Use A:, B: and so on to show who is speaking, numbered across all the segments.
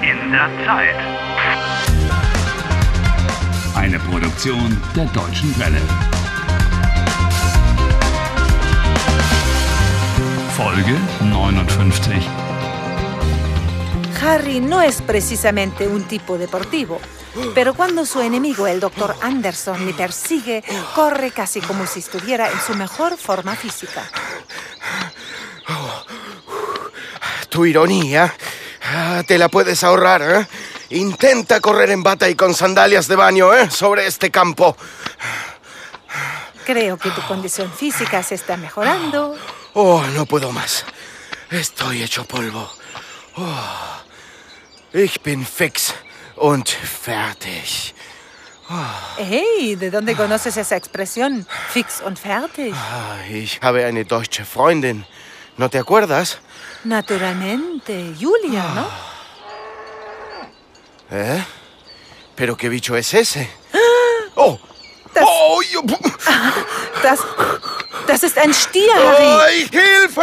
A: dieser Zeit.
B: Eine Produktion der Deutschen Welle. Folge 59.
C: Harry no es precisamente un tipo deportivo, pero cuando su enemigo, el Dr. Anderson, le persigue, corre casi como si estuviera en su mejor forma física.
D: Tu ironía ah, te la puedes ahorrar, ¿eh? Intenta correr en bata y con sandalias de baño, ¿eh? Sobre este campo.
C: Creo que tu condición física se está mejorando.
D: Oh, no puedo más. Estoy hecho polvo. Oh, ich bin fix und fertig.
C: ¡Hey! ¿De dónde conoces esa expresión? Fix und fertig.
D: Ah, ich habe eine deutsche Freundin. ¿No te acuerdas?
C: Naturalmente, Julia, ¿no?
D: ¿Eh? ¿Pero qué bicho es ese?
C: ¡Ah!
D: ¡Oh! ¡Oh! yo-
C: Das, das ist ein Stier, Harry.
D: ¡Ay, Hilfe!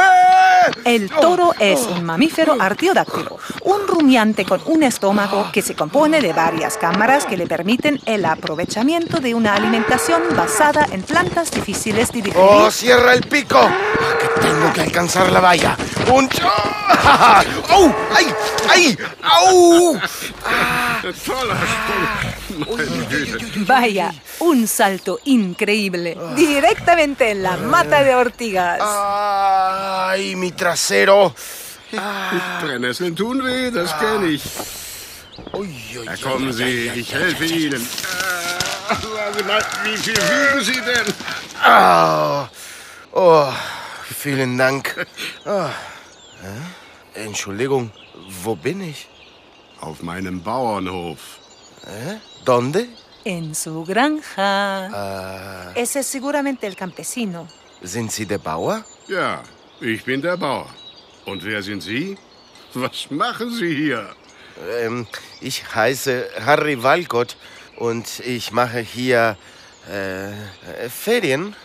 C: El toro es un mamífero artiodáctilo, un rumiante con un estómago que se compone de varias cámaras que le permiten el aprovechamiento de una alimentación basada en plantas difíciles de digerir.
D: ¡Oh, cierra el pico! Ah, Que tengo que alcanzar la valla. ¡Un cho! ¡Au! ¡Ay! ¡Ay! ¡Au!
C: Vaya, un salto increíble, directamente en la mata de ortigas.
D: ¡Ay, mi trasero!
E: Brennnesseln tun weh, das kenne ich.
D: Uy, uy,
E: Da
D: uy,
E: kommen
D: uy,
E: Sie,
D: uy,
E: ich
D: uy,
E: helfe
D: uy, uy.
E: Ihnen. Ah, warten Sie mal, wie viel wiegen Sie denn?
D: Ah. Oh, vielen Dank. Ah. Hä? Entschuldigung, wo bin ich?
E: Auf meinem Bauernhof.
D: ¿Dónde?
C: En su granja. Ese es seguramente el campesino.
D: ¿Sind Sie der Bauer?
E: Ja, ich bin der Bauer. Und wer sind Sie? Was machen Sie hier?
D: Ähm, ich heiße Harry Walcott und ich mache hier äh, äh, Ferien,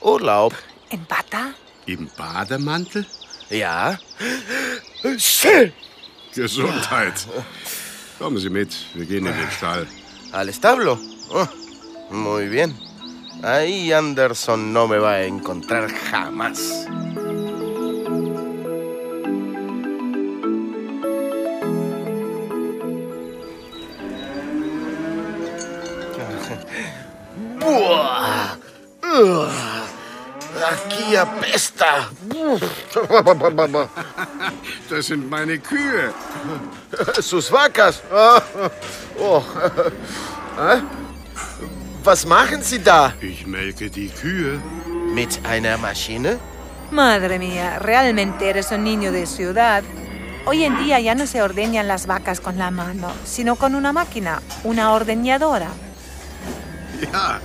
D: Urlaub.
C: ¿En pata?
E: Im Bademantel?
D: Ja. Schnell!
E: Gesundheit. Kommen Sie mit, wir gehen in den Stall.
D: Al establo. Oh, muy bien. Ahí Anderson no me va a encontrar jamás. Buah. Ugh. Aquí apesta.
E: Das sind meine Kühe.
D: Sus vacas. Ah, oh. Hä? Was machen Sie da?
E: Ich melke die Kühe.
D: Mit einer Maschine?
C: Madre mía, realmente eres un niño de ciudad. Hoy en día ya no se ordeñan las vacas con la mano, sino con una máquina, una ordeñadora.
E: Ja,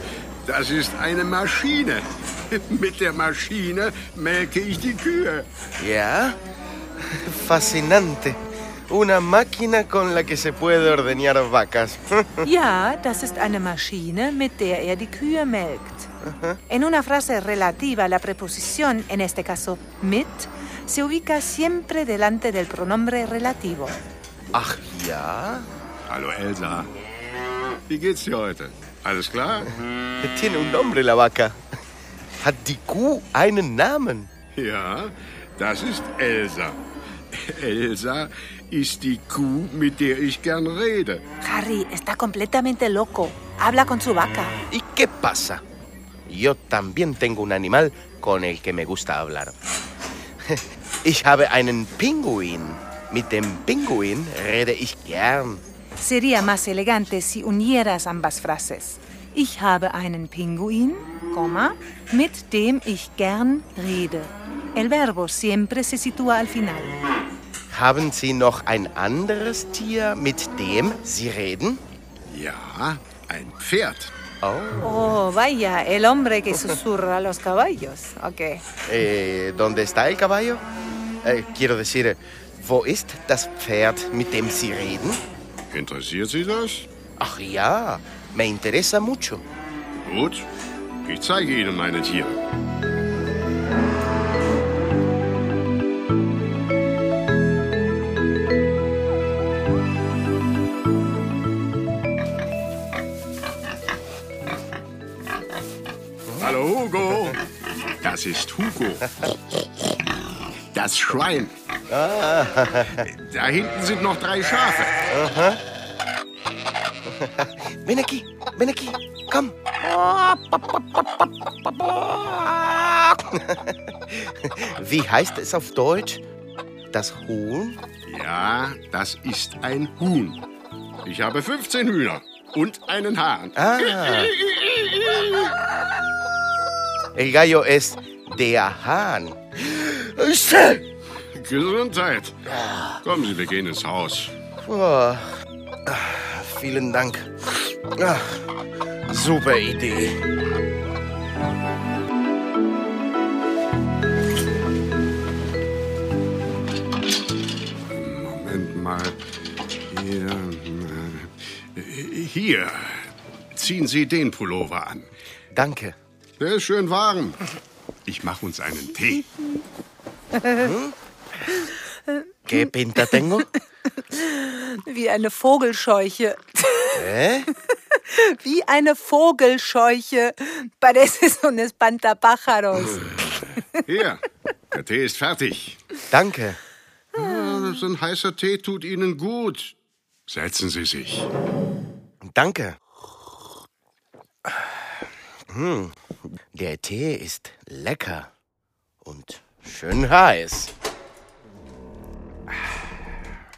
E: das ist eine Maschine. Mit der Maschine melke ich die Kühe.
D: Ja. Fascinante. Una máquina con la que se puede ordeñar vacas.
C: Ja, das ist eine Maschine, mit der er die Kühe melkt. En una frase relativa, la preposición, en este caso mit, se ubica siempre delante del pronombre relativo.
D: Ach ja.
E: Hallo Elsa. Wie geht's dir heute? Alles klar?
D: Tiene un nombre la vaca. Hat die Kuh einen Namen?
E: Ja, das ist Elsa. Elsa ist die Kuh, mit der ich gern rede.
C: Harry está completamente loco. Habla con su vaca.
D: ¿Y qué pasa? Yo también tengo un animal con el que me gusta hablar. Ich habe einen Pinguin. Mit dem Pinguin rede ich gern.
C: Sería más elegante si unieras ambas frases. Ich habe einen Pinguin, coma, mit dem ich gern rede. El verbo siempre se sitúa al final.
D: Haben Sie noch ein anderes Tier, mit dem Sie reden?
E: Ja, ein Pferd.
C: Oh, vaya, el hombre que susurra a los caballos. Ok.
D: Eh, ¿Dónde está el caballo? Eh, quiero decir, ¿wo ist das Pferd, mit dem Sie reden?
E: Interessiert Sie das?
D: Ach ja, me interesa mucho.
E: Gut, ich zeige Ihnen meine Tiere. das ist Hugo. Das Schwein. Da hinten sind noch drei Schafe.
D: Beneki, Beneki, komm. Wie heißt es auf Deutsch? Das Huhn?
E: Ja, das ist ein Huhn. Ich habe 15 Hühner und einen Hahn.
D: El gallo es der Hahn. Schnell!
E: Gesundheit. Kommen Sie, wir gehen ins Haus.
D: Boah. Ah, Vielen Dank. Ah, Super Idee.
E: Moment mal. Hier. äh, Hier. Ziehen Sie den Pullover an.
D: Danke.
E: Der ist schön warm. Ich mache uns einen Tee.
D: ¿Qué pinta tengo?
C: Wie eine Vogelscheuche.
D: ¿Eh?
C: Wie eine Vogelscheuche. Pareces un espantapájaros.
E: Hier. Der Tee ist fertig.
D: Danke.
E: Ja, So ein heißer Tee tut Ihnen gut. Setzen Sie sich.
D: Danke. Hm, Der Tee ist lecker und schön heiß.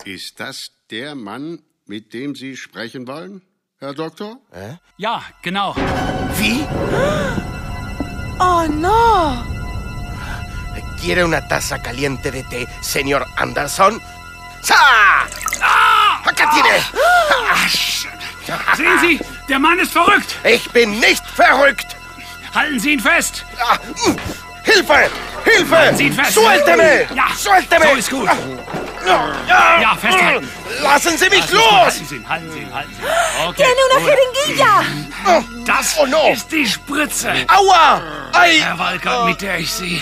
E: Ist das der Mann, mit dem Sie sprechen wollen, Herr Doktor?
B: Ja, genau.
D: Wie?
C: Oh no!
D: ¿Quiere una taza caliente de té, señor Anderson? ¡Sa! ¡Ah! ¡Acá tiene!
B: Sehen Sie, der Mann ist verrückt.
D: Ich bin nicht verrückt!
B: Halten Sie ihn fest.
D: Ah, mm. Hilfe! Hilfe!
B: Sie ihn fest.
D: Suélteme!
B: Ja,
D: Suélteme!
B: so ist gut.
D: Ah,
B: Ja, festhalten.
D: Lassen Sie mich
B: Alles gut,
D: los!
B: Halten Sie ihn, halten Sie ihn, halten Sie ihn. Okay.
C: Tiene una
B: gut.
C: jeringuilla!
B: Das
D: Oh no!
B: ist die Spritze,
D: Aua! Ei!
B: Herr Walker, mit der ich Sie...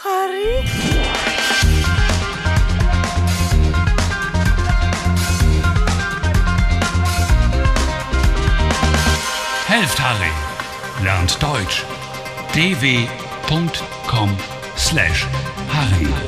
C: Harry?
B: Helft Harry. Lernt Deutsch. dw.com slash Harry.